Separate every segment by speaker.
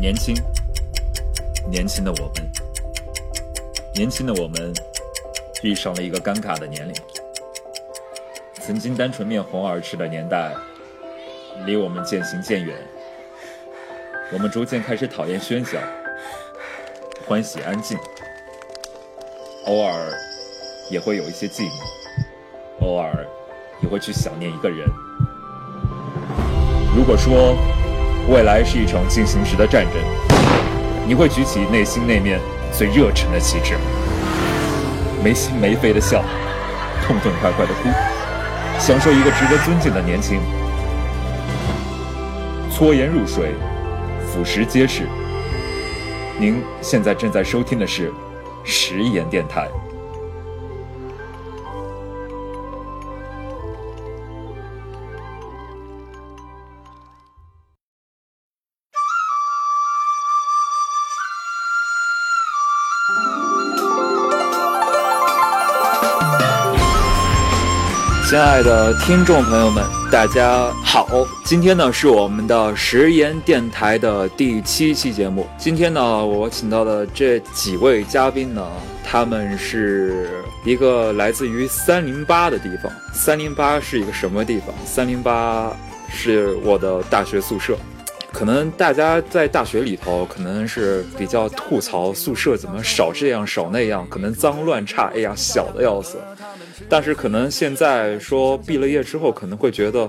Speaker 1: 年轻，年轻的我们，年轻的我们，遇上了一个尴尬的年龄。曾经单纯面红耳赤的年代，离我们渐行渐远。我们逐渐开始讨厌喧嚣，欢喜安静，偶尔也会有一些寂寞，偶尔也会去想念一个人。如果说未来是一场进行时的战争，你会举起内心那面最热忱的旗帜，没心没肺的笑，痛痛快快的哭，享受一个值得尊敬的年轻。搓盐入水，俯拾皆是。您现在正在收听的是食盐电台。
Speaker 2: 亲爱的听众朋友们，大家好！今天呢是我们的食盐电台的第七期节目。今天呢，我请到的这几位嘉宾呢，他们是一个来自于三零八的地方。三零八是一个什么地方？三零八是我的大学宿舍。可能大家在大学里头，可能是比较吐槽宿舍怎么少这样少那样，可能脏乱差，哎呀，小的要死。但是可能现在说毕了业之后，可能会觉得，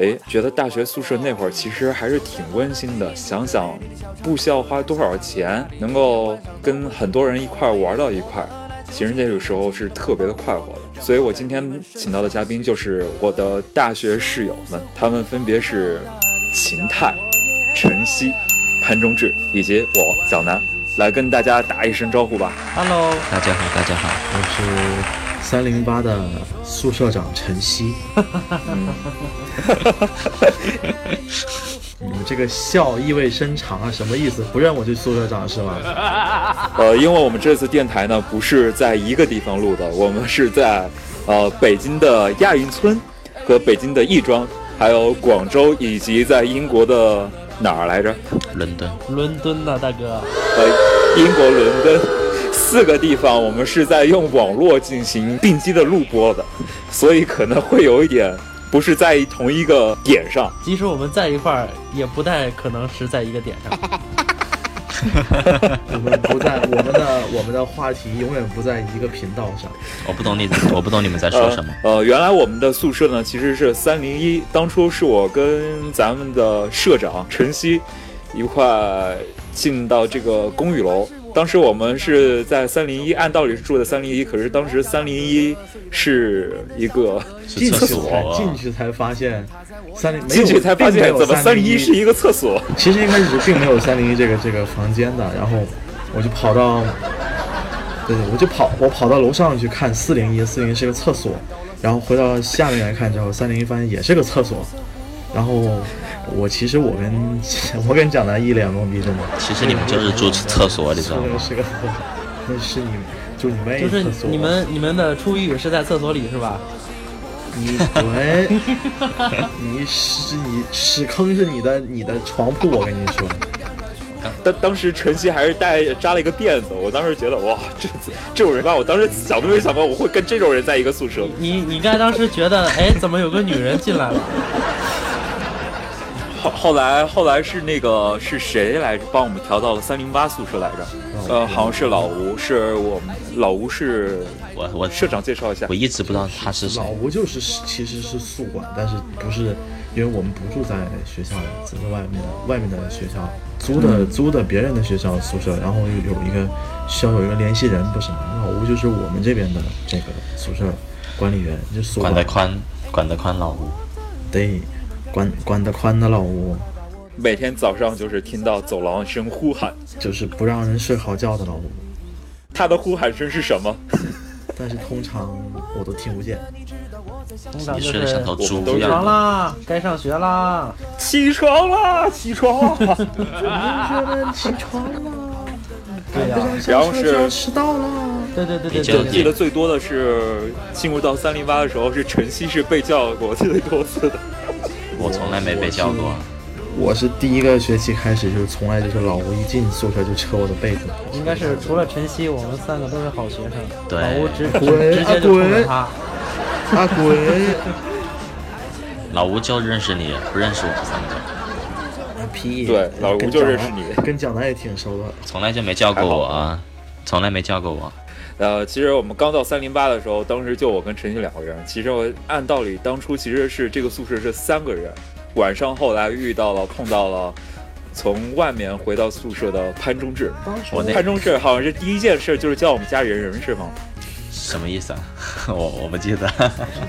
Speaker 2: 哎，觉得大学宿舍那会儿其实还是挺温馨的。想想，不需要花多少钱，能够跟很多人一块儿玩到一块儿，其实那个时候是特别的快活的。所以我今天请到的嘉宾就是我的大学室友们，他们分别是秦泰、晨曦、潘中志以及我小南，来跟大家打一声招呼吧。
Speaker 3: Hello，
Speaker 4: 大家好，大家好，
Speaker 3: 我是三零八的宿舍长 晨曦。你们这个笑意味深长啊，什么意思？不认我是宿舍长是吗？
Speaker 2: 呃，因为我们这次电台呢不是在一个地方录的，我们是在呃北京的亚运村和北京的亦庄，还有广州以及在英国的哪儿来着？
Speaker 4: 伦敦，
Speaker 5: 伦敦呐、大哥，
Speaker 2: 呃，英国伦敦四个地方，我们是在用网络进行定期的录播的，所以可能会有一点不是在同一个点上。
Speaker 5: 即使我们在一块儿，也不太可能是在一个点上。
Speaker 3: 我们不在我们的我们的话题永远不在一个频道上。
Speaker 4: 我不懂你，我不懂你们在说什么。
Speaker 2: 呃？呃，原来我们的宿舍呢其实是三零一，当初是我跟咱们的社长晨曦一块进到这个公寓楼。当时我们是在三零一，按道理是住在三零一，可是当时三零一是一个
Speaker 4: 是
Speaker 3: 进
Speaker 4: 厕
Speaker 3: 去才
Speaker 4: 所，啊
Speaker 3: 进去才发现，三零
Speaker 2: 啊进去才发现怎么三零一
Speaker 3: 一
Speaker 2: 是一个厕所。
Speaker 3: 其实一开始并没有三零一这个这个房间的，然后我就跑到，对对，我就跑我跑到楼上去看四零一，四零一是个厕所，然后回到下面来看之后，三零一发现也是个厕所，然后我其实我跟 我跟蒋楠一脸懵逼，真的，
Speaker 4: 其实你们就是住厕所，啊你知道
Speaker 3: 那个
Speaker 4: 吗？
Speaker 3: 是个厕所，那是你就你妹
Speaker 5: 就是
Speaker 3: 哎厕所，
Speaker 5: 你们你们的初遇是在厕所里是吧？
Speaker 3: 你 滚，你屎你屎坑是你的你的床铺，我跟你说。
Speaker 2: 当当时晨曦还是带扎了一个辫子，我当时觉得哇，这这种人吧，我当时想都没想过我会跟这种人在一个宿舍。
Speaker 5: 你你应该当时觉得，哎，怎么有个女人进来了？
Speaker 2: 后后来后来是那个是谁来着？帮我们调到了三零八宿舍来着？呃，好像是老吴，是我们老吴是
Speaker 4: 我我
Speaker 2: 社长介绍一下
Speaker 4: 我。一直不知道他是谁
Speaker 3: 老。吴就是其实是宿管，但是不是因为我们不住在学校里，只是外面的外面的学校租的、
Speaker 4: 嗯
Speaker 3: 租的别人的学校宿舍，然后有有一个需要有一个联系人，不是吗？老吴就是我们这边的这个宿舍管理员，就是宿
Speaker 4: 管
Speaker 3: 管
Speaker 4: 得宽，管得宽，老吴。
Speaker 3: 对，管管得宽的老吴，
Speaker 2: 每天早上就是听到走廊一声呼喊，
Speaker 3: 就是不让人睡好觉的老吴，
Speaker 2: 他的呼喊声是什么？
Speaker 3: 但是通常我都听不见。
Speaker 5: 通常
Speaker 4: 你
Speaker 5: 就
Speaker 4: 睡得像
Speaker 5: 是
Speaker 4: 头
Speaker 2: 我
Speaker 4: 猪
Speaker 2: 们都
Speaker 4: 一
Speaker 5: 起
Speaker 2: 是
Speaker 5: 床
Speaker 4: 样。
Speaker 5: 啦，该上学啦。
Speaker 2: 起床啦，起床啦！
Speaker 5: 对哎呀、
Speaker 2: 然后是
Speaker 5: 对对
Speaker 4: 你
Speaker 5: 对对对
Speaker 4: 就
Speaker 2: 我记
Speaker 5: 对
Speaker 2: 得最多的是进入到三零八的时候，是晨曦是被叫过最多次的。
Speaker 4: 我从来没被叫过。
Speaker 3: 我是第一个学期开始就是从来就是老吴一进宿舍就扯我的被子，
Speaker 5: 应该是除了晨曦，我们三个都是好学生。
Speaker 4: 对
Speaker 5: 老吴 直
Speaker 3: 滚
Speaker 5: 直直接就冲着他，
Speaker 3: 啊 滚！
Speaker 4: 老吴就认识你，不认识我们三个，
Speaker 3: 屁！
Speaker 2: 对老吴
Speaker 3: 跟
Speaker 2: 就
Speaker 3: 蒋
Speaker 2: 认识
Speaker 3: 楠
Speaker 2: 你
Speaker 3: 跟蒋楠也挺熟的。
Speaker 4: 从来就没叫过我啊，从来没叫过我。
Speaker 2: 呃，其实我们刚到三零八的时候，当时就我跟陈曦两个人。其实我按道理当初其实是这个宿舍是三个人，晚上后来遇到了碰到了。从外面回到宿舍的潘中志，
Speaker 4: 我那
Speaker 2: 潘中志好像是第一件事就是叫我们家人人是吗？
Speaker 4: 什么意思啊？ 我我不记得。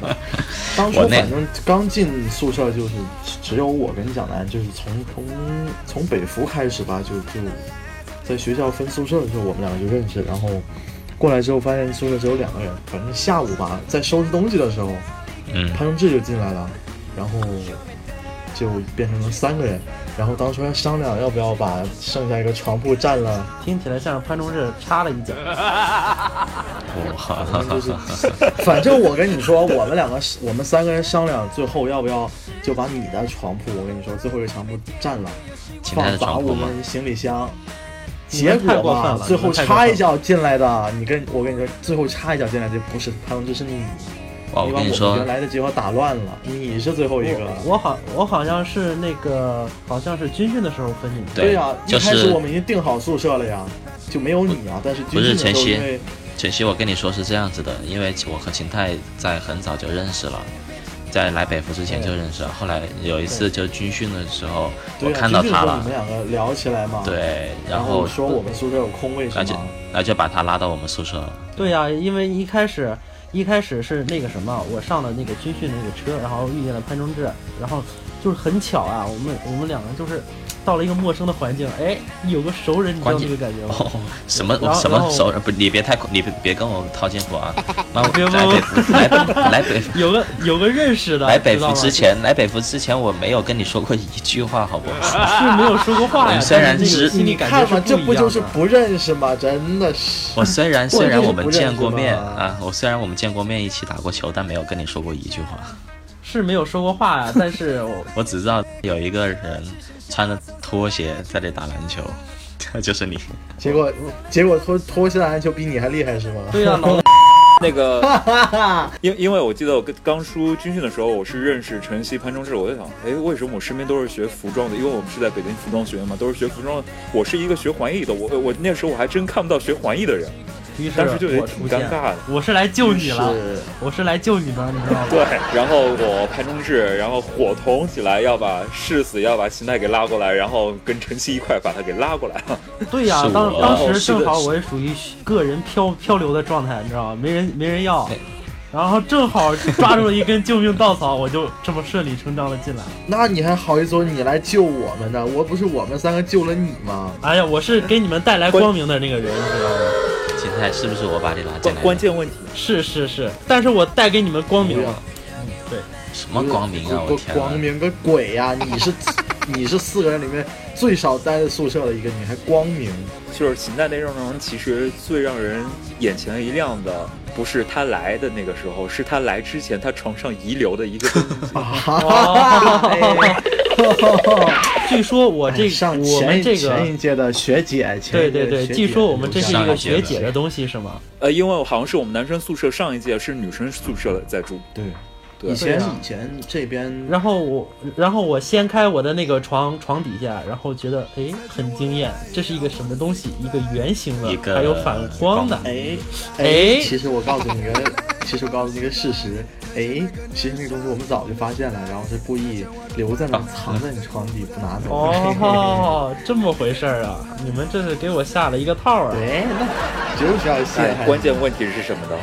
Speaker 3: 当初
Speaker 4: 我那
Speaker 3: 反正刚进宿舍就是只有我跟蒋楠，就是从从从北服开始吧，就就在学校分宿舍的时候，我们两个就认识，然后过来之后发现宿舍只有两个人，反正下午吧，在收拾东西的时候，
Speaker 4: 嗯，
Speaker 3: 潘荣志就进来了，然后就变成了三个人，然后当初还商量要不要把剩下一个床铺占了，
Speaker 5: 听起来像是潘中志插了一脚。
Speaker 3: 反正就
Speaker 4: 我
Speaker 3: 是，反正我跟你说，我们两个我们三个人商量，最后要不要就把你的床铺，我跟你说，最后一个床铺占了。
Speaker 4: 秦泰
Speaker 3: 放
Speaker 4: 的
Speaker 3: 砸
Speaker 4: 床
Speaker 3: 我
Speaker 4: 铺吗？
Speaker 3: 们行李箱。
Speaker 5: 你
Speaker 3: 结
Speaker 5: 们太
Speaker 3: 果
Speaker 5: 过分
Speaker 3: 吧
Speaker 5: 了，
Speaker 3: 最后
Speaker 5: 你们太过分
Speaker 3: 插
Speaker 5: 了
Speaker 3: 一脚进来的，你跟我跟你说，最后插一脚进来的不是潘文志，是你，
Speaker 4: 哇，
Speaker 3: 你
Speaker 4: 我跟你
Speaker 3: 把哦我们
Speaker 4: 说
Speaker 3: 原，来的计划打乱了，你是最后一个。
Speaker 5: 我我好我好像是那个好像是军训的时候分你的。
Speaker 3: 对呀，一
Speaker 4: 就
Speaker 3: 开始
Speaker 4: 是
Speaker 3: 我们已经订好宿舍了呀，就没有你啊。但是军训的时
Speaker 4: 前
Speaker 3: 候，
Speaker 4: 夕
Speaker 3: 因为
Speaker 4: 晨曦，我跟你说是这样子的，因为我和秦泰在很早就认识了，在来北服之前就认识了。后来有一次就是军训的时候，我
Speaker 3: 对啊呀
Speaker 4: 看到
Speaker 3: 军训
Speaker 4: 他
Speaker 3: 的时候你
Speaker 4: 了
Speaker 3: 们，两个聊起来嘛，，
Speaker 4: 对，
Speaker 3: 然
Speaker 4: 后
Speaker 3: 说我们宿舍有空位是
Speaker 4: 那就
Speaker 3: 吗？
Speaker 4: 那就把他拉到我们宿舍了。
Speaker 5: 对呀、因为一开始一开始是那个什么，我上了那个军训那个车，然后遇见了潘中志，然后就是很巧啊，我们我们两个就是到了一个陌生的环境，哎，有个熟人，你知道
Speaker 4: 关
Speaker 5: 那
Speaker 4: 键
Speaker 5: 个感觉吗？
Speaker 4: 哦，什么
Speaker 5: 然后
Speaker 4: 什
Speaker 5: 然
Speaker 4: 么
Speaker 5: 后
Speaker 4: 熟人？不，你别太你别别跟我套近乎 啊！妈，我
Speaker 5: 别
Speaker 4: 来
Speaker 5: 不
Speaker 4: 北服来来北服
Speaker 5: 有个有个认识的，
Speaker 4: 来北
Speaker 5: 知道
Speaker 4: 服
Speaker 5: 吗
Speaker 4: 之前来北服之前我没有跟你说过一句话，好不 好？
Speaker 5: 是没有说过话呀，
Speaker 4: 我 虽然
Speaker 5: 但是那
Speaker 4: 知
Speaker 5: 个心里
Speaker 3: 你
Speaker 5: 感觉
Speaker 3: 看嘛，
Speaker 5: 是
Speaker 3: 这
Speaker 5: 不
Speaker 3: 不
Speaker 5: 一样
Speaker 3: 就
Speaker 5: 的
Speaker 3: 是不认识吗？真的是，
Speaker 4: 我虽然虽然我们见过面
Speaker 3: 我就是不认识嘛
Speaker 4: 啊，我虽然我们见过面一起打过球，但没有跟你说过一句话。
Speaker 5: 是没有说过话呀，但是我
Speaker 4: 我只知道有一个人穿着拖鞋在这打篮球， 这就是你。
Speaker 3: 结果结果脱脱下篮球比你还厉害是吗？
Speaker 5: 对呀、 老
Speaker 2: 那个
Speaker 3: 哈哈，
Speaker 2: 因因为我记得我跟刚出军训的时候，我是认识晨曦、潘中志，我就想，哎，为什么我身边都是学服装的？因为我们是在北京服装学院嘛，都是学服装的。我是一个学环艺的，我我那时候我还真看不到学环艺的人，
Speaker 5: 于是
Speaker 2: 当时就觉得
Speaker 5: 我
Speaker 2: 挺
Speaker 5: 出
Speaker 2: 尴
Speaker 5: 现，
Speaker 2: 尬的。
Speaker 5: 我是来救你了，
Speaker 3: 是
Speaker 5: 我是来救你的，你知道吗？
Speaker 2: 对，然后我潘中志，然后伙同起来要把誓死要把秦泰给拉过来，然后跟晨曦一块把他给拉过来了。
Speaker 5: 对呀、
Speaker 4: 是
Speaker 5: 当
Speaker 4: 我
Speaker 5: 当时正好
Speaker 2: 是的
Speaker 5: 我也属于个人漂漂流的状态，你知道吗？没人没人要，然后正好抓住了一根救命稻草，我就这么顺理成章的进来了。
Speaker 3: 那你还好意思说你来救我们呢？我不是我们三个救了你吗？
Speaker 5: 哎呀，我是给你们带来光明的那个人，你知道吗？
Speaker 4: 现在是不是我把你拉进
Speaker 2: 关
Speaker 4: 来的？
Speaker 2: 关键问题，
Speaker 5: 是是是，但是我带给你们光明
Speaker 3: 对呀
Speaker 5: 了。嗯，对，
Speaker 4: 什么光明啊！
Speaker 3: 个
Speaker 4: 我天啊！
Speaker 3: 光明个鬼呀、你是 你是四个人里面最少待在宿舍的一个，你还光明？
Speaker 2: 就是秦泰那阵容，其实最让人眼前一亮的，不是他来的那个时候，是他来之前他床上遗留的一个东西。
Speaker 5: 哦，据说我这
Speaker 3: 哎啊上
Speaker 5: 我
Speaker 3: 前
Speaker 5: 们
Speaker 3: 一
Speaker 5: 这
Speaker 3: 前
Speaker 5: 个。
Speaker 3: 一届的学姐，前一届
Speaker 5: 对对
Speaker 3: 的
Speaker 5: 对，
Speaker 3: 学姐
Speaker 5: 据说我们这是一个
Speaker 4: 上学
Speaker 5: 学
Speaker 4: 的
Speaker 5: 姐的东西是吗？
Speaker 2: 呃，因为好像是我们男生宿舍上一届是女生宿舍在住，
Speaker 3: 对。
Speaker 2: 对
Speaker 3: 以前
Speaker 5: 对啊
Speaker 3: 以前这边
Speaker 5: 然后我，然后我掀开我的那个床床底下，然后觉得哎很惊艳，这是一个什么东西？一个圆形的
Speaker 4: 一，个
Speaker 5: 还有反光的。
Speaker 3: 哎
Speaker 5: 哎
Speaker 3: 其实我告诉你个，其实我告诉你个事实，哎，其实那个东西我们早就发现了，然后是故意留在那儿，藏在你床底不拿走。
Speaker 5: 哦，这么回事儿啊！你们这是给我下了一个套儿啊！
Speaker 3: 对，那就是要陷
Speaker 2: 哎，
Speaker 3: 害你。
Speaker 2: 关键问题是什么呢？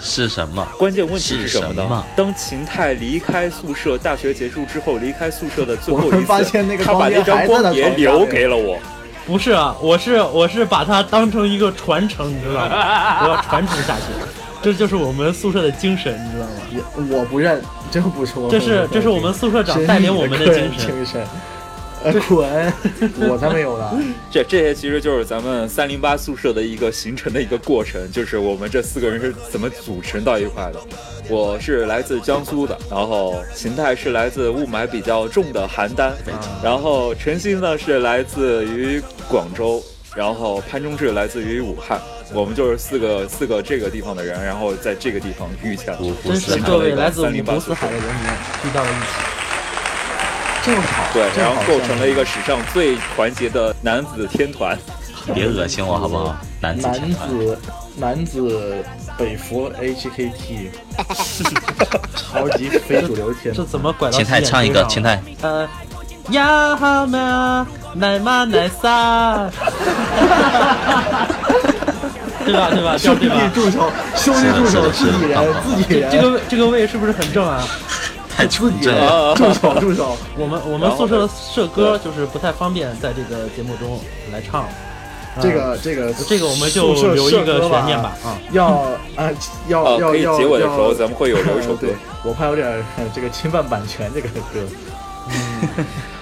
Speaker 4: 是什么？
Speaker 2: 关键问题是什么
Speaker 4: 是什
Speaker 2: 呢
Speaker 4: 么？
Speaker 2: 当秦泰离开宿舍，大学结束之后离开宿舍的最后
Speaker 3: 我
Speaker 2: 一
Speaker 3: 们
Speaker 2: 次，
Speaker 3: 发现那个
Speaker 2: 他把
Speaker 3: 光碟
Speaker 2: 那张
Speaker 3: 还在
Speaker 2: 光
Speaker 3: 他
Speaker 2: 碟
Speaker 3: 床上
Speaker 2: 留给了我。
Speaker 5: 不是啊，我是我是把它当成一个传承，你知道吗？我要传承下去，这就是我们宿舍的精神，你知道吗？
Speaker 3: 也我不认，真不说。
Speaker 5: 这是这是我们宿舍长带领我们的精
Speaker 3: 神。
Speaker 5: 神。
Speaker 3: 精神呃，滚！我才没有 呢。
Speaker 2: 这这些其实就是咱们三零八宿舍的一个形成的一个过程，就是我们这四个人是怎么组成到一块的。我是来自江苏的，然后秦泰是来自雾霾比较重的邯郸，
Speaker 3: 嗯
Speaker 2: 然后陈曦呢是来自于广州，然后潘中志来自于武汉。我们就是四个四个这个地方的人，然后在这个地方遇见了。
Speaker 3: 嗯
Speaker 4: 五湖
Speaker 5: 真
Speaker 4: 四
Speaker 5: 是
Speaker 4: 海
Speaker 5: 各位来自五湖四海的人民聚到了一起，正好
Speaker 2: 对，
Speaker 5: 正
Speaker 2: 然
Speaker 5: 好
Speaker 2: 后构成了一个史上最团结的男子天团。
Speaker 4: 别恶心我好不好？男子
Speaker 3: 男
Speaker 4: 天团，
Speaker 3: 子男子北服 H K T，超级非主流天
Speaker 5: 这怎么拐到
Speaker 4: 秦泰
Speaker 5: 自己
Speaker 4: 唱一个，
Speaker 5: 眼睛
Speaker 4: 秦
Speaker 5: 上了
Speaker 4: 泰
Speaker 5: 呃，呀哈嘛，奶妈奶撒， 对吧对吧？
Speaker 3: 兄
Speaker 5: 叫
Speaker 3: 弟
Speaker 5: 对吧？
Speaker 3: 助手，兄弟助手
Speaker 4: 是
Speaker 3: 自
Speaker 4: 的
Speaker 3: 己
Speaker 4: 是的
Speaker 3: 人，自己人，
Speaker 5: 这个这个位是不是很正啊？
Speaker 4: 太
Speaker 3: 自
Speaker 4: 纯
Speaker 3: 己啊
Speaker 4: 正
Speaker 3: 人
Speaker 4: 了，
Speaker 3: 助手助手，
Speaker 5: 我们我们宿舍的社歌就是不太方便在这个节目中来唱，
Speaker 3: 这个这个
Speaker 5: 嗯这个我们就
Speaker 3: 宿舍
Speaker 5: 留一
Speaker 3: 社
Speaker 5: 个
Speaker 3: 歌
Speaker 5: 悬念吧啊。
Speaker 3: 要啊要
Speaker 2: 呃，
Speaker 3: 要
Speaker 2: 可以
Speaker 3: 要
Speaker 2: 结尾的时候
Speaker 3: 要嗯呃
Speaker 2: 咱们会有留一首歌
Speaker 3: 对。我怕有点儿这个侵犯版权这个歌。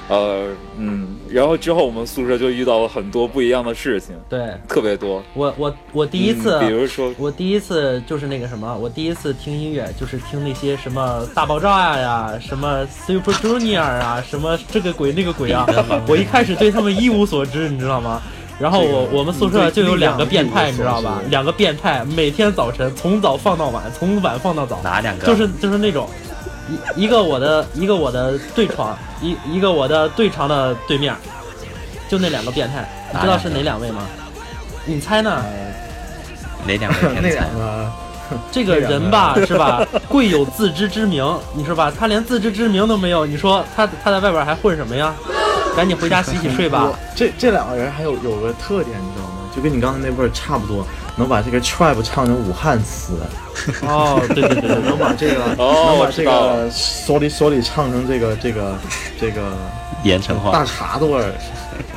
Speaker 2: 呃，嗯，然后之后我们宿舍就遇到了很多不一样的事情，
Speaker 5: 对
Speaker 2: 特别多。
Speaker 5: 我我我第一次、
Speaker 2: 嗯比如说，
Speaker 5: 我第一次就是那个什么，我第一次听音乐就是听那些什么大爆炸呀、什么 Super Junior 啊、什么这个鬼那个鬼啊。我一开始对他们一无所知，你知道吗？然后我我们宿舍就有两个变态，你知道吧？两个变态每天早晨从早放到晚，从晚放到早，
Speaker 4: 哪两个？
Speaker 5: 就是就是那种一一个我的一个我的对床，一一个我的对床的对面，就那两个变态，你知道是哪两位吗？你猜呢？
Speaker 2: 哎
Speaker 4: 哪两个 天
Speaker 3: 那
Speaker 4: 才
Speaker 3: 两？个呃
Speaker 5: 这个人吧，是吧？ 贵有自知之明，你说吧？他连自知之明都没有，你说他他在外边还混什么呀？赶紧回 家洗洗睡吧
Speaker 3: 我。 这这两个人还有有个特点，你知道吗？就跟你刚才那味儿差不多，能把这个 tribe 唱成武汉词，
Speaker 5: 哦，对对对对
Speaker 3: 能
Speaker 5: 对，
Speaker 3: 把这个
Speaker 2: 哦
Speaker 3: 能
Speaker 2: 我
Speaker 3: 把
Speaker 2: 知
Speaker 3: 这
Speaker 2: 道
Speaker 3: 个说里说里唱成这个这个这个
Speaker 4: 盐城话
Speaker 3: 大。碴子味儿，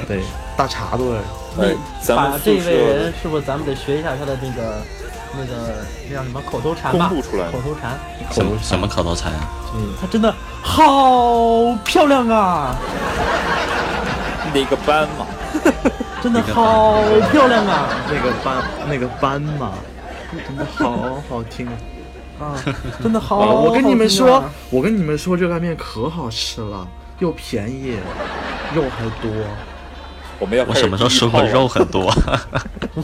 Speaker 3: 对大碴子味儿。
Speaker 2: 哎，
Speaker 5: 那
Speaker 2: 咱
Speaker 5: 把
Speaker 2: 们
Speaker 5: 这
Speaker 2: 宿
Speaker 5: 位
Speaker 2: 舍
Speaker 5: 人是不是咱们得学一下他的那个那个那叫什么口头禅
Speaker 2: 公
Speaker 5: 吧
Speaker 2: 布？出来
Speaker 5: 口，头禅，
Speaker 4: 什么什么口头禅？啊
Speaker 3: 嗯，
Speaker 5: 她真的好漂亮啊！
Speaker 2: 那个班嘛，
Speaker 5: 真的好漂 亮啊！
Speaker 3: 那个斑那个斑马，真的好好听啊！
Speaker 5: 啊，真的好。
Speaker 2: 哦
Speaker 3: 我跟你们
Speaker 5: 好
Speaker 3: 说
Speaker 5: 听啊，
Speaker 3: 我跟你们说，热干面可好吃了，又便宜，肉还多。
Speaker 2: 我们要
Speaker 4: 我
Speaker 2: 开始
Speaker 4: 什么时候
Speaker 2: 第一
Speaker 4: 说过
Speaker 2: 炮了
Speaker 4: 肉很多？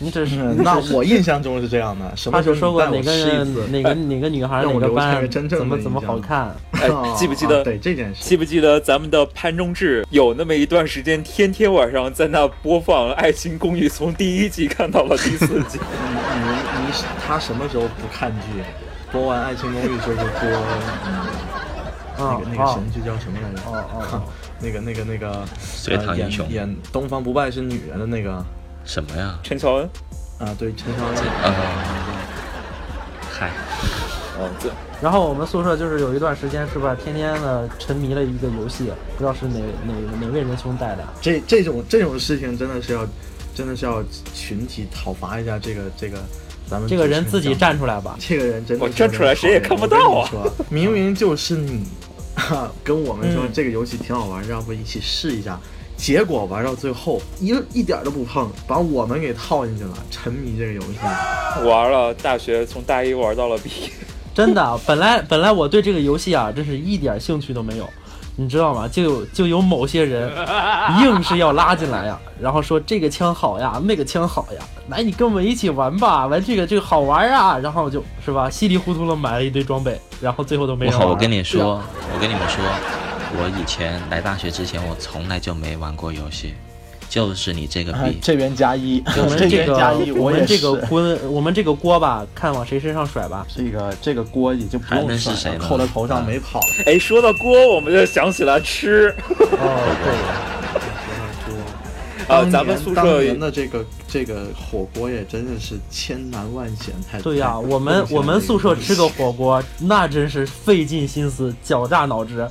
Speaker 5: 你只是
Speaker 3: 嗯，那我印象中是这样的，什
Speaker 5: 他
Speaker 3: 么时
Speaker 5: 就
Speaker 3: 候
Speaker 5: 说过哪
Speaker 3: 你带
Speaker 5: 个
Speaker 3: 我吃一
Speaker 5: 人
Speaker 3: 次？
Speaker 5: 哪个哪个女孩
Speaker 3: 让
Speaker 5: 哪
Speaker 3: 我
Speaker 5: 个
Speaker 3: 留下一
Speaker 5: 班
Speaker 3: 个真正的
Speaker 5: 怎么怎么
Speaker 3: 印象
Speaker 5: 好看？
Speaker 2: 哎
Speaker 3: 啊
Speaker 2: 记不记得
Speaker 3: 啊对这件事，
Speaker 2: 记不记得咱们的潘中志有那么一段时间，天天晚上在那播放《爱情公寓》，从第一季看到了第四 季。
Speaker 3: 你你你他什么时候不看剧？播完《爱情公寓》就是播、嗯那
Speaker 5: 啊
Speaker 3: 个那个
Speaker 5: 啊
Speaker 3: 神剧叫什么来着？
Speaker 5: 哦哦哦
Speaker 3: 那个那个那个，
Speaker 4: 隋唐英雄
Speaker 3: 呃演演东方不败是女人的那个
Speaker 4: 什么呀？
Speaker 2: 陈乔恩，
Speaker 3: 啊，对，陈乔恩。
Speaker 4: 嗯，嗨，
Speaker 2: 嗯，这
Speaker 5: 然后我们宿舍就是有一段时间是吧，天天的沉迷了一个游戏，不知道是哪哪哪位仁兄带的。
Speaker 3: 这这种这种事情真的是要，真的是要群体讨伐一下这个这个咱们
Speaker 5: 这个人
Speaker 3: 主持
Speaker 5: 自己
Speaker 3: 讲的
Speaker 5: 站出来吧。
Speaker 3: 这个人真的
Speaker 2: 我站出来谁也看不到啊
Speaker 3: 我跟你说！明明就是你， 哈跟我们说
Speaker 5: 嗯
Speaker 3: 这个游戏挺好玩，要不一起试一下？结果玩到最后一一点儿都不碰，把我们给套进去了，沉迷这个游戏。
Speaker 2: 玩了大学，从大一玩到了毕业。
Speaker 5: 真的，啊 本来本来我对这个游戏啊，真是一点兴趣都没有，你知道吗？就有就有某些人，硬是要拉进来呀，然后说这个枪好呀，那个枪好呀，来你跟我们一起玩吧，玩这个这个好玩啊，然后就是吧，稀里糊涂的买了一堆装备，然后最后都没人啊
Speaker 4: 我
Speaker 5: 玩。
Speaker 4: 我跟你说，我跟你们说，我以前来大学之前，我从来就没玩过游戏，就是你这个逼。
Speaker 3: 这边加一，
Speaker 5: 我们 这个我们这个
Speaker 3: 是
Speaker 5: 锅，我们这个锅吧，看往谁身上甩吧。
Speaker 3: 这个这个锅已经不
Speaker 4: 还能是
Speaker 3: 甩了
Speaker 4: 谁呢
Speaker 3: 头没跑。
Speaker 2: 哎，说到锅，我们就想起了吃
Speaker 5: 哦，对，
Speaker 2: 啊，
Speaker 3: 当
Speaker 2: 咱们
Speaker 3: 年
Speaker 2: 宿
Speaker 3: 当
Speaker 2: 舍
Speaker 3: 年的这个这这个火锅也真的是千难万险才
Speaker 5: 对呀、
Speaker 3: 才
Speaker 5: 我们
Speaker 3: 贡献
Speaker 5: 我们
Speaker 3: 了一
Speaker 5: 宿舍
Speaker 3: 个
Speaker 5: 吃个火锅，那真是费尽心思，绞榨脑汁。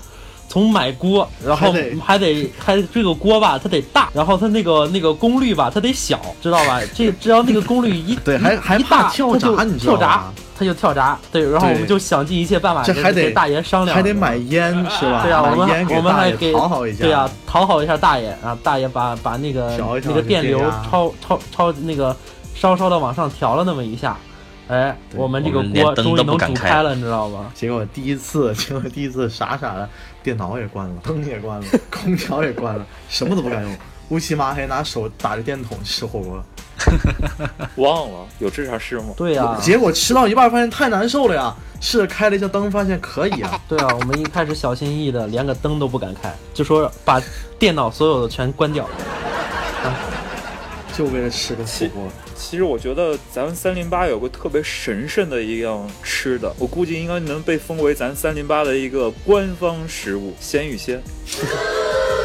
Speaker 5: 从买锅，然
Speaker 3: 还
Speaker 5: 后
Speaker 3: 得
Speaker 5: 还得还这个锅吧，它得大，然后它那个那个功率吧，它得小，知道吧？这只要那个功率一
Speaker 3: 对还 还
Speaker 5: 一
Speaker 3: 怕
Speaker 5: 大
Speaker 3: 跳
Speaker 5: 它
Speaker 3: 闸
Speaker 5: 就
Speaker 3: 你知
Speaker 5: 跳
Speaker 3: 道
Speaker 5: 闸
Speaker 3: 吧，
Speaker 5: 它就跳闸。对，然后我们
Speaker 3: 对
Speaker 5: 就想尽一切办法
Speaker 3: 这
Speaker 5: 跟
Speaker 3: 还
Speaker 5: 这些
Speaker 3: 得
Speaker 5: 大爷商量，
Speaker 3: 还得买烟是吧？
Speaker 5: 嗯对呀、我
Speaker 3: 买啊烟
Speaker 5: 们
Speaker 3: 给
Speaker 5: 我们
Speaker 3: 大
Speaker 5: 还
Speaker 3: 爷
Speaker 5: 给
Speaker 3: 讨好一下，
Speaker 5: 对呀、讨好一下大爷啊，大爷把把那个
Speaker 3: 调一调
Speaker 5: 那个
Speaker 3: 就
Speaker 5: 电
Speaker 3: 这
Speaker 5: 流
Speaker 3: 样啊
Speaker 5: 超超超那个稍稍的往上调了那么一下，哎，我们这个
Speaker 4: 我们连
Speaker 5: 锅
Speaker 4: 灯
Speaker 5: 终于
Speaker 4: 都不
Speaker 5: 能
Speaker 4: 敢
Speaker 5: 煮
Speaker 4: 开
Speaker 5: 开了，你知道吗？
Speaker 3: 结果第一次， 结果第一次傻傻的，电脑也关了，灯也关了，空调也关了，什么都不敢用，乌漆麻黑拿手打着电筒吃火锅，
Speaker 2: 忘了有这茬事吗？
Speaker 5: 对啊呀、
Speaker 3: 结果吃到一半发现太难受了呀，试着开了一下灯，发现可以啊，
Speaker 5: 对啊，我们一开始小心翼翼的，连个灯都不敢开，就说把电脑所有的全关掉。
Speaker 3: 就为了吃个火锅。
Speaker 2: 其实我觉得咱们三零八有个特别神圣的一样吃的，我估计应该能被封为咱三零八的一个官方食物——鲜芋仙。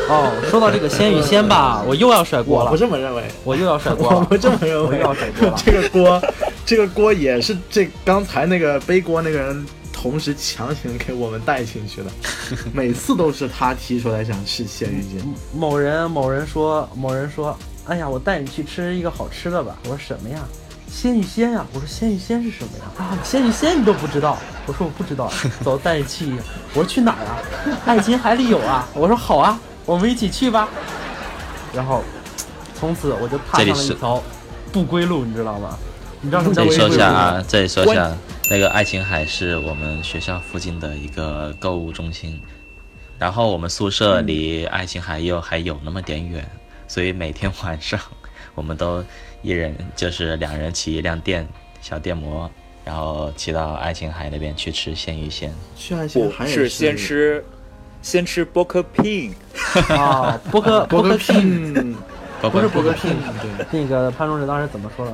Speaker 5: 哦，说到这个鲜与鲜吧，我又要甩锅
Speaker 3: 我
Speaker 5: 了，
Speaker 3: 不这么认为，
Speaker 5: 我又要甩锅
Speaker 3: 我
Speaker 5: 了
Speaker 3: 不，这么认
Speaker 5: 我又
Speaker 3: 为
Speaker 5: 要。甩锅了。
Speaker 3: 这个锅，这个锅也是这刚才那个背锅那个人同时强行给我们带进 去的，每次都是他提出来想吃鲜芋仙。
Speaker 5: 某人某人说某人说，哎呀，我带你去吃一个好吃的吧。我说什么呀？鲜芋仙呀、我说鲜芋仙是什么呀？啊，鲜芋仙你都不知道？我说我不知道。走，带你去。我说去哪儿啊？爱琴海里有啊。我说好啊，我们一起去吧。然后，从此我就踏
Speaker 4: 这里
Speaker 5: 上了一
Speaker 4: 是
Speaker 5: 条不归路，你知道吗？你知道什么
Speaker 4: 这
Speaker 5: 叫
Speaker 4: 里
Speaker 5: 不归
Speaker 4: 说
Speaker 5: 路
Speaker 4: 一下
Speaker 5: 吗？
Speaker 4: 啊，这里说一下，那个爱琴海是我们学校附近的一个购物中心，然后我们宿舍离爱琴海又还有那么点远，所以每天晚上我们都一人就是两人骑一辆电小电摩，然后骑到爱琴海那边去吃鲜芋仙。
Speaker 3: 去爱琴
Speaker 2: 我
Speaker 3: 海也
Speaker 2: 是先吃，先吃 b o k e Pig。
Speaker 5: 啊，波哥
Speaker 3: 波哥
Speaker 5: 波哥屁，
Speaker 3: 聘，
Speaker 4: 包
Speaker 3: 不
Speaker 4: 括
Speaker 3: 是波哥聘，对，
Speaker 5: 那个潘主任当时怎么说的？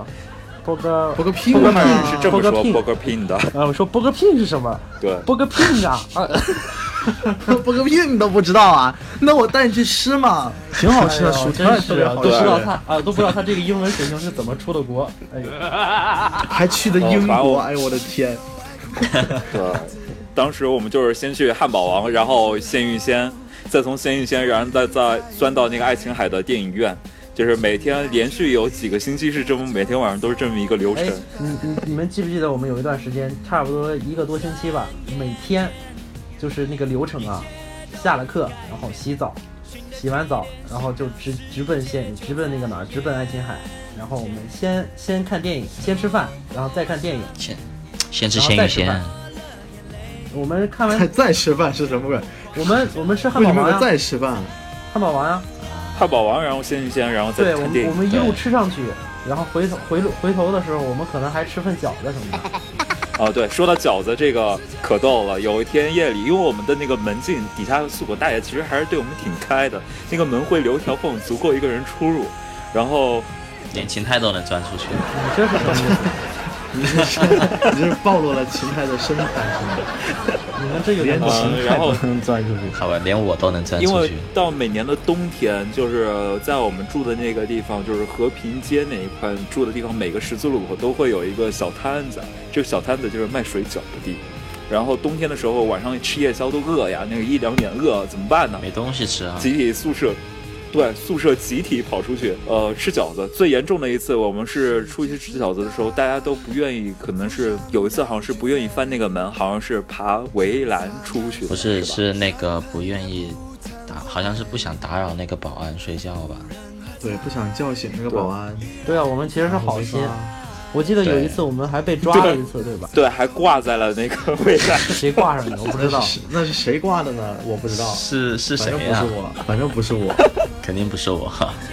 Speaker 5: 波哥
Speaker 3: 波哥聘
Speaker 5: 波哥
Speaker 3: 嘛
Speaker 5: 聘
Speaker 2: 是这么说
Speaker 5: Burger King
Speaker 2: b o k e Pig 的，
Speaker 5: 啊，我说波哥聘是什么？
Speaker 2: 对，
Speaker 5: 波哥聘啊！啊，
Speaker 3: 波哥聘你都不知道啊？那我带你去吃嘛，挺好吃的，
Speaker 5: 哎呦
Speaker 3: 薯
Speaker 5: 真
Speaker 3: 条也特
Speaker 5: 是
Speaker 3: 别
Speaker 5: 啊
Speaker 3: 好
Speaker 5: 都不
Speaker 3: 吃，
Speaker 5: 知道他啊，都不知道他这个英文水平是怎么出的国。哎呦，
Speaker 3: 还去的英
Speaker 2: 哦把
Speaker 3: 国，
Speaker 2: 我
Speaker 3: 哎呦我的天！
Speaker 2: 对，当时我们就是先去汉堡王，然后鲜芋仙，再从鲜芋仙，然后再再钻到那个爱琴海的电影院，就是每天连续有几个星期是这么，每天晚上都是这么一个流程
Speaker 5: 哎。，你你你们记不记得我们有一段时间，差不多一个多星期吧，每天就是那个流程啊，下了课然后洗澡，洗完澡然后就直直奔县，直奔那个哪儿，直奔爱琴海。然后我们先先看电影，先吃饭，然后再看电影。
Speaker 4: 先先吃
Speaker 5: 然后
Speaker 4: 鲜
Speaker 5: 再
Speaker 4: 芋
Speaker 5: 吃饭
Speaker 4: 仙，
Speaker 5: 我们看
Speaker 3: 还
Speaker 5: 完，
Speaker 3: 再吃饭是什么鬼？
Speaker 5: 我们我们吃汉
Speaker 3: 为什么
Speaker 5: 堡王
Speaker 3: 要
Speaker 5: 呀、
Speaker 3: 再吃饭？
Speaker 5: 汉堡王呀、
Speaker 2: 汉堡王，然后鲜芋仙，然后再
Speaker 5: 对我
Speaker 2: 看
Speaker 5: 们
Speaker 2: 电
Speaker 5: 我
Speaker 2: 影。
Speaker 5: 们一路
Speaker 4: 对
Speaker 5: 吃上去，然后回头回路回头的时候，我们可能还吃份饺子什么的。
Speaker 2: 啊，对，说到饺子这个可逗了。有一天夜里，因为我们的那个门禁底下宿管大爷其实还是对我们挺开的，那个门会留一条缝，足够一个人出入。然后
Speaker 4: 连芹菜都能钻出去。
Speaker 5: 你这是什么意思？
Speaker 3: 你这是你这是暴露了芹菜的生态是吗？
Speaker 5: 你们 这有
Speaker 3: 连
Speaker 5: 点过分
Speaker 3: 芹菜
Speaker 2: 然后
Speaker 3: 都能钻出去。
Speaker 4: 好吧，连我都能钻
Speaker 2: 因
Speaker 4: 出
Speaker 2: 为
Speaker 4: 去。
Speaker 2: 到每年的冬天，就是在我们住的那个地方，就是和平街那一块住的地方，每个十字路口都会有一个小摊子，这个小摊子就是卖水饺的地。然后冬天的时候，晚上吃夜宵都饿呀，那个一两点饿怎么办呢？
Speaker 4: 没东西吃啊，
Speaker 2: 集体宿舍，对宿舍集体跑出去，呃，吃饺子。最严重的一次，我们是出去吃饺子的时候，大家都不愿意，可能是有一次好像是不愿意翻那个门，好像是爬围栏出去的，
Speaker 4: 不是
Speaker 2: 吧
Speaker 4: 是那个不愿意打，好像是不想打扰那个保安睡觉吧？
Speaker 3: 对，不想叫醒那个保安。
Speaker 5: 对啊，我们其实是好心。
Speaker 3: 啊
Speaker 5: 我记得有一次我们还被抓了一次，对吧？
Speaker 2: 对，还挂在了那个围 栏。
Speaker 5: 是谁挂上的？我不知
Speaker 3: 那
Speaker 5: 道。
Speaker 3: 是那是谁挂的呢？我不知道，
Speaker 4: 是是
Speaker 3: 哦反正
Speaker 4: 谁
Speaker 3: 不
Speaker 4: 啊
Speaker 3: 是？我，反正不是我。
Speaker 4: 肯定不是我，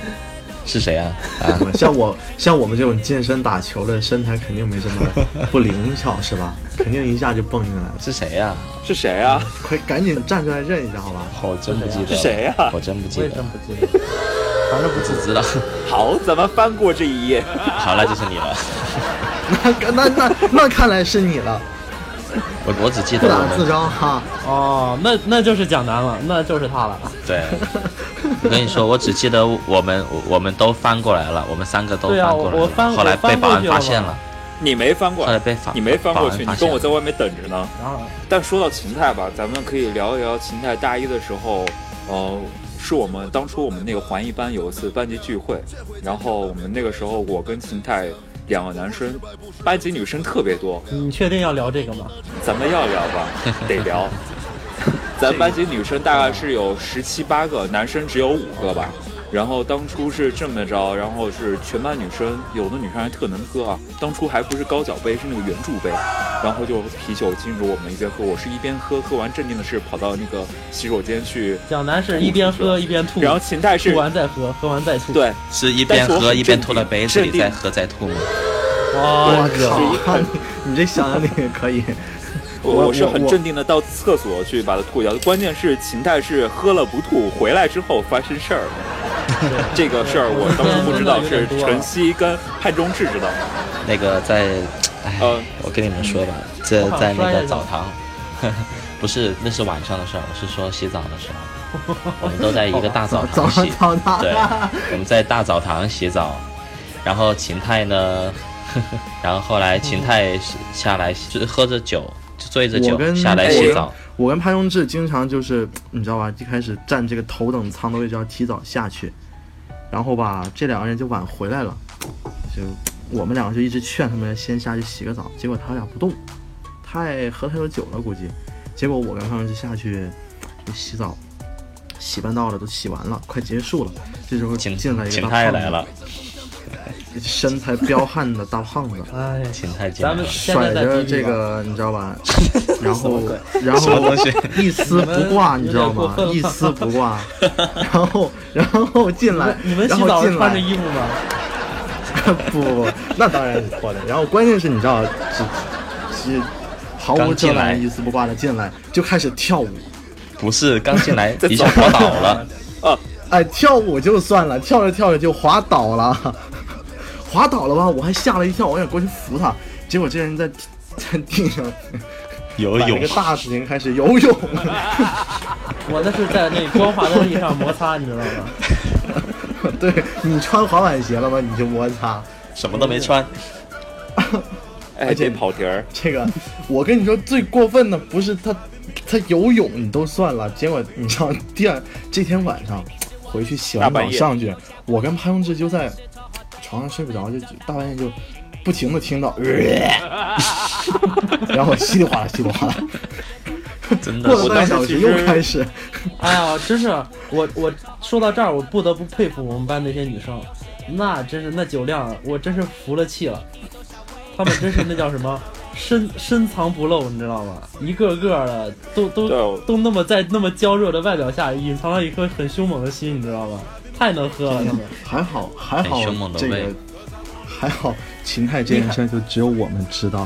Speaker 4: 是谁啊？啊，
Speaker 3: 像我 像我们这种健身打球的，身材肯定没这么不灵巧，是 吧？肯定一下就蹦进来了。
Speaker 4: 是谁啊？
Speaker 2: 是谁啊？
Speaker 3: 快赶紧站出来认一下，好吧？
Speaker 4: 我真不记得
Speaker 2: 是谁啊
Speaker 4: 我真不记
Speaker 5: 我也
Speaker 4: 得
Speaker 5: 真，不记得，反正不记
Speaker 4: 只
Speaker 5: 得。
Speaker 4: 知道。
Speaker 2: 好，咱们翻过这一页。
Speaker 4: 好了，就是你了。
Speaker 3: 那那那那看来是你了，
Speaker 4: 我我只记
Speaker 3: 不
Speaker 4: 得我
Speaker 3: 打自
Speaker 4: 们
Speaker 3: 招 哈。
Speaker 5: 哦，那那就是蒋楠了，那就是他了。
Speaker 4: 对。我跟你说，我只记得我们我我们都翻过来了，我们三个都
Speaker 5: 对啊
Speaker 4: 翻过来
Speaker 5: 我我
Speaker 4: 了。
Speaker 5: 翻
Speaker 4: 后来
Speaker 5: 我
Speaker 4: 被
Speaker 5: 翻
Speaker 4: 保
Speaker 5: 过
Speaker 4: 安
Speaker 5: 去
Speaker 4: 发
Speaker 5: 了
Speaker 4: 现
Speaker 5: 嘛
Speaker 4: 了，
Speaker 2: 你没翻过
Speaker 4: 后来
Speaker 2: 来，
Speaker 4: 被法
Speaker 2: 你没翻过去，
Speaker 4: 保
Speaker 2: 你
Speaker 4: 呃安
Speaker 2: 跟
Speaker 4: 发现
Speaker 2: 我
Speaker 4: 了
Speaker 2: 在外面等着呢。
Speaker 5: 然后
Speaker 2: 但说到芹菜吧，咱们可以聊一聊芹菜大一的时候，呃，是我们当初我们那个环艺班有一次班级聚会，然后我们那个时候我跟芹菜两个男生，班级女生特别多，
Speaker 5: 你确定要聊这个吗？
Speaker 2: 咱们要聊 吧，得聊。咱班级女生大概是有十七八个，男生只有五个吧。然后当初是这么着，然后是全班女生，有的女生还特能喝啊。当初还不是高脚杯，是那个圆柱杯，然后就啤酒进入我们一边喝，我是一边喝，喝完镇定的是跑到那个洗手间去，
Speaker 5: 蒋楠是一边喝一边吐，
Speaker 2: 然后秦泰是
Speaker 5: 吐完再喝，喝完再吐。，
Speaker 2: 对，
Speaker 4: 是一边
Speaker 2: 但是我
Speaker 4: 喝
Speaker 2: 很
Speaker 4: 一边
Speaker 2: 镇
Speaker 4: 吐了
Speaker 2: 定
Speaker 4: 杯子里
Speaker 2: 镇定
Speaker 4: 再喝再吐吗？
Speaker 5: 哇，
Speaker 3: 我靠，你这想象力也可以。
Speaker 2: 我
Speaker 3: 我
Speaker 2: 我是很
Speaker 3: 我
Speaker 2: 镇定的到厕所去把它吐掉。关键是秦泰是喝了不吐，回来之后发生事 儿了。这个事儿我当时不知道，是晨曦跟潘中志知道。
Speaker 4: 那个在，哎
Speaker 2: 呃，
Speaker 4: 我跟你们说吧，这
Speaker 5: 我好
Speaker 4: 在那
Speaker 5: 摔
Speaker 4: 个
Speaker 5: 着
Speaker 4: 澡堂，不是，那是晚上的事儿，我是说洗澡的时候，我们都在一个大 澡
Speaker 3: 早
Speaker 4: 堂
Speaker 3: 上
Speaker 4: 洗，
Speaker 3: 早大
Speaker 4: 对，我们在大澡堂洗澡，然后秦泰呢，然后后来秦泰是下来就是喝着酒，就醉着酒
Speaker 3: 我跟哎
Speaker 4: 下来洗澡，
Speaker 3: 我跟潘荣志经常就是，你知道吧，一开始站这个头等舱的位置要提早下去，然后吧，这两个人就晚回来了，就我们两个就一直劝他们先下去洗个澡，结果他俩不动，太喝太多酒了估计，结果我跟潘荣志下去就洗澡，洗半道了都洗完了，快结束了，这时候
Speaker 4: 秦
Speaker 3: 进来一个
Speaker 4: 秦
Speaker 3: 大
Speaker 4: 泰
Speaker 3: 胖
Speaker 4: 来
Speaker 3: 子，
Speaker 4: 了，
Speaker 3: 身材彪悍的大胖子。
Speaker 5: 哎，
Speaker 4: 秦泰进来
Speaker 5: 咱们
Speaker 4: 了。
Speaker 5: 现
Speaker 3: 甩
Speaker 5: 在在
Speaker 3: 着
Speaker 5: 逼逼
Speaker 3: 这
Speaker 5: 吧
Speaker 3: 个，你知道 吧？然后，然后一丝不挂，你知道吗？
Speaker 5: 你们
Speaker 3: 一丝不 挂。然后，然后进来，
Speaker 5: 你们
Speaker 3: 然
Speaker 5: 洗
Speaker 3: 后
Speaker 5: 澡是
Speaker 3: 进
Speaker 5: 穿着
Speaker 3: 来，
Speaker 5: 衣服吗？
Speaker 3: 不不不，那当然是脱的。然后关键是，你知道，只只毫无
Speaker 4: 刚进
Speaker 3: 遮
Speaker 4: 来
Speaker 3: 拦、一丝不挂的进来，就开始跳舞。
Speaker 4: 不是刚进 来一下滑倒了，
Speaker 3: 哎，跳舞就算了，跳着跳着就滑倒了， 滑倒了吧？我还吓了一跳，我想过去扶他，结果这人在在地上
Speaker 4: 游
Speaker 3: 把那
Speaker 4: 泳
Speaker 3: 个大指令开始游泳。
Speaker 5: 我那是在那光滑的地上摩擦，你知道吗？
Speaker 3: 对你穿滑板鞋了吗？你就摩擦
Speaker 4: 什么都没穿，
Speaker 2: 哎，这跑题儿，
Speaker 3: 这个。我跟你说，最过分的不是他，他游泳你都算了，结果你知道第二这天晚上回去洗完
Speaker 2: 大
Speaker 3: 澡
Speaker 2: 半夜
Speaker 3: 上去，我跟潘荣志就在床上睡不着，就就大半夜就不停的听到，呃 然后稀里哗啦稀里 哗啦，
Speaker 4: 真的
Speaker 3: 过
Speaker 4: 是
Speaker 3: 了半个小时又开始，
Speaker 5: 哎呀，真是我我说到这儿，我不得不佩服我们班那些女生，那真是那酒量，我真是服了气了。她们真是那叫什么 深深藏不露，你知道吗？一个个的都都
Speaker 2: 对我
Speaker 5: 都那么在那么娇弱的外表下，隐藏了一颗很凶猛的心，你知道吗？太能喝了，她们。
Speaker 3: 嗯还好还好
Speaker 4: 很凶猛的
Speaker 3: 这个
Speaker 4: 胃
Speaker 3: 还好秦泰这件事儿就只有我们知道。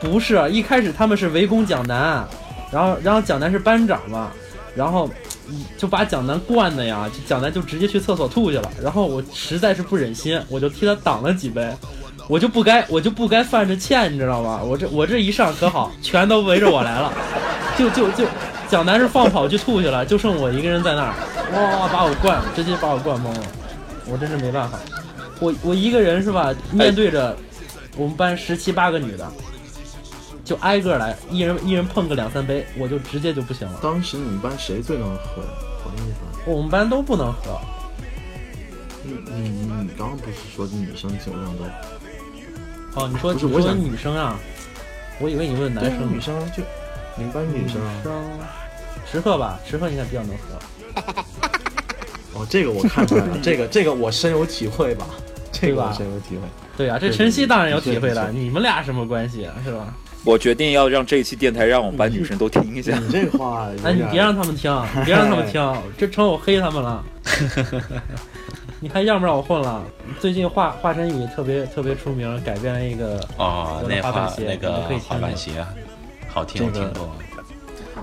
Speaker 5: 不是，一开始他们是围攻蒋楠，然后然后蒋楠是班长嘛，然后嗯就把蒋楠惯的呀，就蒋楠就直接去厕所吐去了。然后我实在是不忍心，我就替他挡了几杯，我就不该我就不该犯这欠，你知道吗？我这我这一上可好，全都围着我来了，就就就蒋楠是放跑去吐去了，就剩我一个人在那儿，哇哇把我灌，直接把我灌懵了，我真是没办法，我我一个人是吧，面对着我们班十七八个女的。就挨个来，一人一人碰个两三杯，我就直接就不行了。
Speaker 3: 当时你们班谁最能喝呀？我跟你说。
Speaker 5: 我们班都不能喝，
Speaker 3: 你你你刚刚不是说女生酒量高？
Speaker 5: 哦，你
Speaker 3: 不
Speaker 5: 说你
Speaker 3: 是我
Speaker 5: 说
Speaker 3: 想
Speaker 5: 女生啊？我以为你问男
Speaker 3: 对啊，
Speaker 5: 生
Speaker 3: 女
Speaker 5: 呢，
Speaker 3: 生就你们班女生啊
Speaker 5: 女。生池鹤吧，池鹤应该比较能喝。嗯
Speaker 3: 哦，这个我看出来了，这个这个我深有体会吧，这
Speaker 5: 对
Speaker 3: 个
Speaker 5: 吧
Speaker 3: 我深有体会。
Speaker 5: 对啊，这
Speaker 3: 对对
Speaker 5: 晨曦
Speaker 3: 对
Speaker 5: 当然有
Speaker 3: 的确
Speaker 5: 体会
Speaker 3: 的
Speaker 5: 了，
Speaker 3: 确
Speaker 5: 你们俩什么关系啊？是吧？
Speaker 2: 我决定要让这一期电台让我们
Speaker 3: 嗯
Speaker 2: 班女生都听一下。
Speaker 3: 你这话有点，
Speaker 5: 哎，你别让他们 听，别让他们听，这成我黑他们了。你还让不让我混了？最近华华晨宇特别特别出名，改编了一个
Speaker 4: 哦，
Speaker 5: 有的
Speaker 4: 那
Speaker 5: 滑板
Speaker 4: 话
Speaker 5: 鞋
Speaker 4: 那
Speaker 5: 你
Speaker 4: 个
Speaker 5: 们可以
Speaker 4: 滑
Speaker 5: 听
Speaker 4: 板
Speaker 5: 听
Speaker 4: 鞋啊，好听，我
Speaker 3: 这
Speaker 4: 听
Speaker 3: 个
Speaker 4: 过。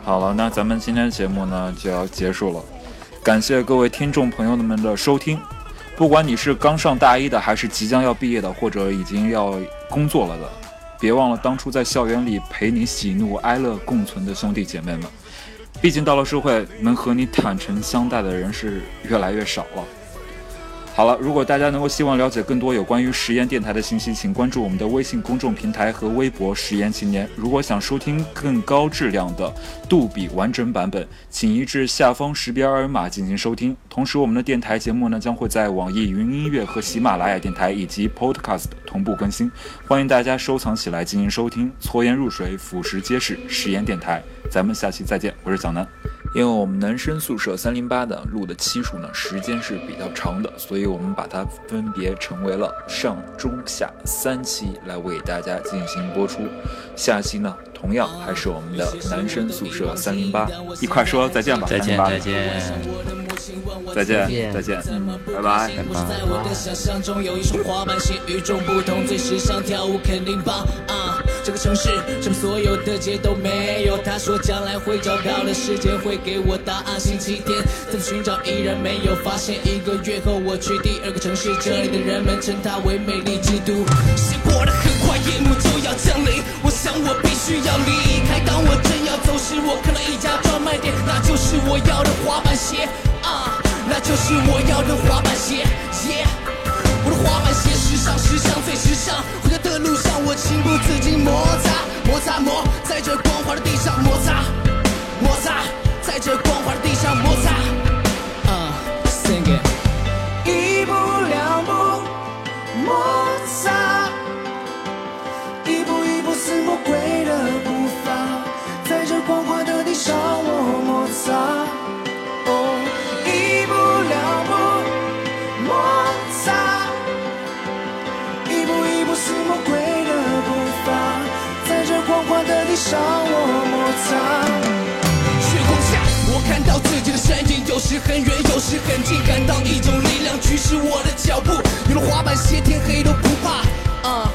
Speaker 2: 好了，那咱们今天的节目呢就要结束了，感谢各位听众朋友们的收听。不管你是刚上大一的，还是即将要毕业的，或者已经要工作了的，别忘了当初在校园里陪你喜怒哀乐共存的兄弟姐妹们。毕竟到了社会，能和你坦诚相待的人是越来越少了。好了，如果大家能够希望了解更多有关于实验电台的信息，请关注我们的微信公众平台和微博“实验青年”。如果想收听更高质量的杜比完整版本，请移至下方识别二维码进行收听。同时，我们的电台节目呢将会在网易云音乐和喜马拉雅电台以及 Podcast 同步更新，欢迎大家收藏起来进行收听。搓盐入水，腐蚀皆是，实验电台。咱们下期再见，我是蒋楠。因为我们男生宿舍三零八的录的期数呢，时间是比较长的，所以我们把它分别成为了上、中、下三期来为大家进行播出。下期呢，同样还是我们的男生宿舍三零八，
Speaker 1: 一块儿说再见吧，
Speaker 4: 再见
Speaker 1: 308
Speaker 4: 再见。
Speaker 1: 再
Speaker 5: 再见
Speaker 1: 见再见，嗯拜拜。
Speaker 6: 不是在我的想象中有一双滑板鞋，与众不同，最时尚跳舞肯定棒啊！这个城市什么所有的街都没有。他说将来会找到的时间会给我答案。星期天怎么寻找依然没有发现。一个月后我去第二个城市，这里的人们称它为美丽之都。时间过得很快，夜幕就要降临，我想我必须要离开。当我正要走时，我看到一家专卖店，那就是我要的滑板鞋啊！那就是我要的滑板鞋耶！我的滑板鞋时尚，时尚最时尚。回家的路上，我情不自禁摩擦，摩擦摩，在这光滑的地上摩擦，摩擦，在这光滑的地上摩擦。啊、s i n g it。一步两步摩擦，一步一步似魔鬼的步伐，在这光滑的地上我摩擦。哦，一步两步摩擦，一步一步似魔鬼的步伐，在这光滑的地上我摩擦。虚空下，我看到自己的身影，有时很远，有时很近，感到一种力量驱使我的脚步。有了滑板鞋，天黑都不怕啊！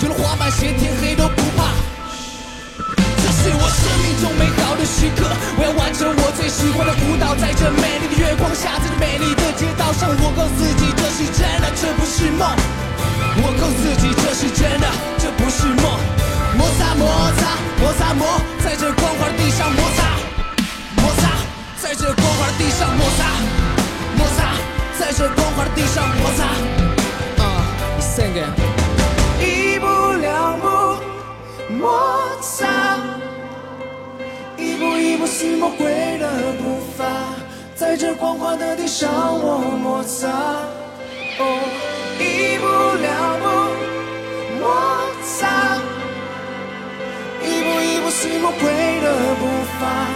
Speaker 6: 有了滑板鞋，天黑都不怕。这是我生命中美好的时刻，我要完成我最喜欢的舞蹈，在这美丽的月光下，在这美丽的街道上，我告诉自己这是真的，这不是梦。我告诉自己这是真的，这不是梦。摩擦摩擦摩擦摩，在这光滑的地上摩擦，摩擦，在这光滑的地上摩擦，摩擦，在这光滑的地上摩擦。啊、s i n g i n 一步两步摩擦，一步一步似魔鬼的步伐，在这光滑的地上我摩擦。哦，一步两步摩擦，一步一步似魔鬼的步伐，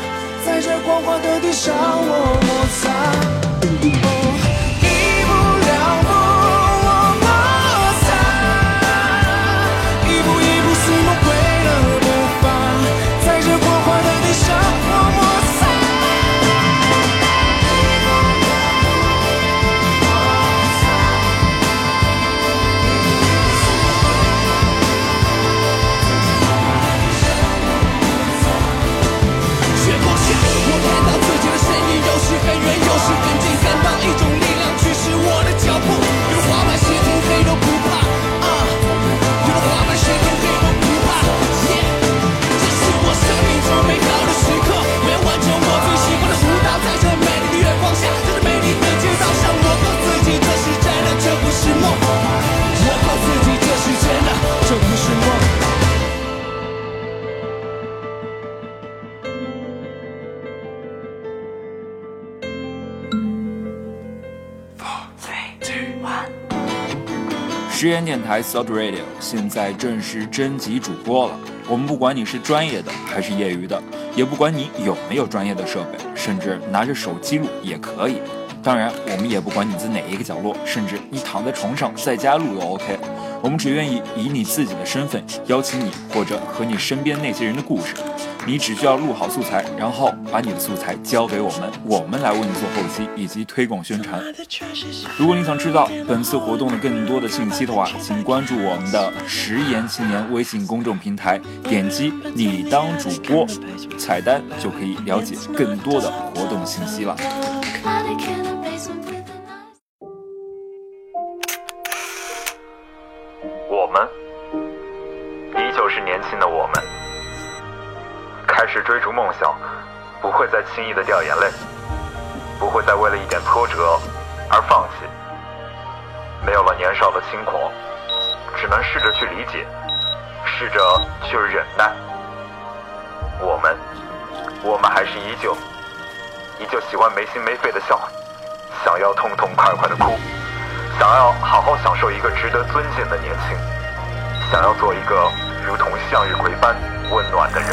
Speaker 6: 在这光滑的地上我摩擦。哦一步两步我摩擦。一步一步似魔鬼的步伐，在这光滑的地上我摩擦。月光下，我看到自己的身影，有时很远，有时很近，感到一种力量驱使我的脚步。有了滑板鞋，天黑都不怕啊！有了滑板鞋，天黑都不怕。Yeah，这是我生命中美好的时刻，我要完成我最喜欢的舞蹈，在这美丽的月光下，在这美丽的街道上，我告诉自己这是真的，这不是梦。我告诉自己这是真的，这不是梦。
Speaker 2: 十元电台 Thought Radio 现在正式征集主播了。我们不管你是专业的还是业余的，也不管你有没有专业的设备，甚至拿着手机录也可以。当然，我们也不管你在哪一个角落，甚至你躺在床上在家录都 OK。我们只愿意以你自己的身份邀请你，或者和你身边那些人的故事。你只需要录好素材，然后把你的素材交给我们，我们来为你做后期以及推广宣传。如果你想知道本次活动的更多的信息的话，请关注我们的“食言青年”微信公众平台，点击“你当主播”菜单就可以了解更多的活动信息了。
Speaker 1: 我们依旧是年轻的我们，开始追逐梦想，不会再轻易的掉眼泪，不会再为了一点挫折而放弃。没有了年少的轻狂，只能试着去理解，试着去忍耐。我们，我们还是依旧，依旧喜欢没心没肺的笑，想要痛痛快快的哭。想要好好享受一个值得尊敬的年轻，想要做一个如同向日葵般温暖的人。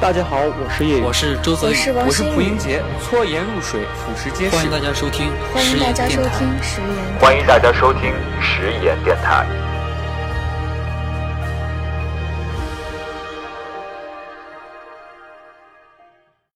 Speaker 2: 大家好，我是叶宇
Speaker 7: 我。是周泽宇
Speaker 8: 我，是王
Speaker 9: 我是
Speaker 8: 心
Speaker 9: 蒲英
Speaker 8: 宇，
Speaker 9: 杰，
Speaker 7: 搓盐入水，腐蚀结
Speaker 9: 欢
Speaker 7: 实
Speaker 9: 迎。大家收听
Speaker 8: 欢
Speaker 9: 食
Speaker 8: 迎
Speaker 9: 盐
Speaker 8: 大家
Speaker 9: 电
Speaker 8: 收
Speaker 9: 台。
Speaker 8: 听食言。
Speaker 1: 欢迎大家收听食盐电台。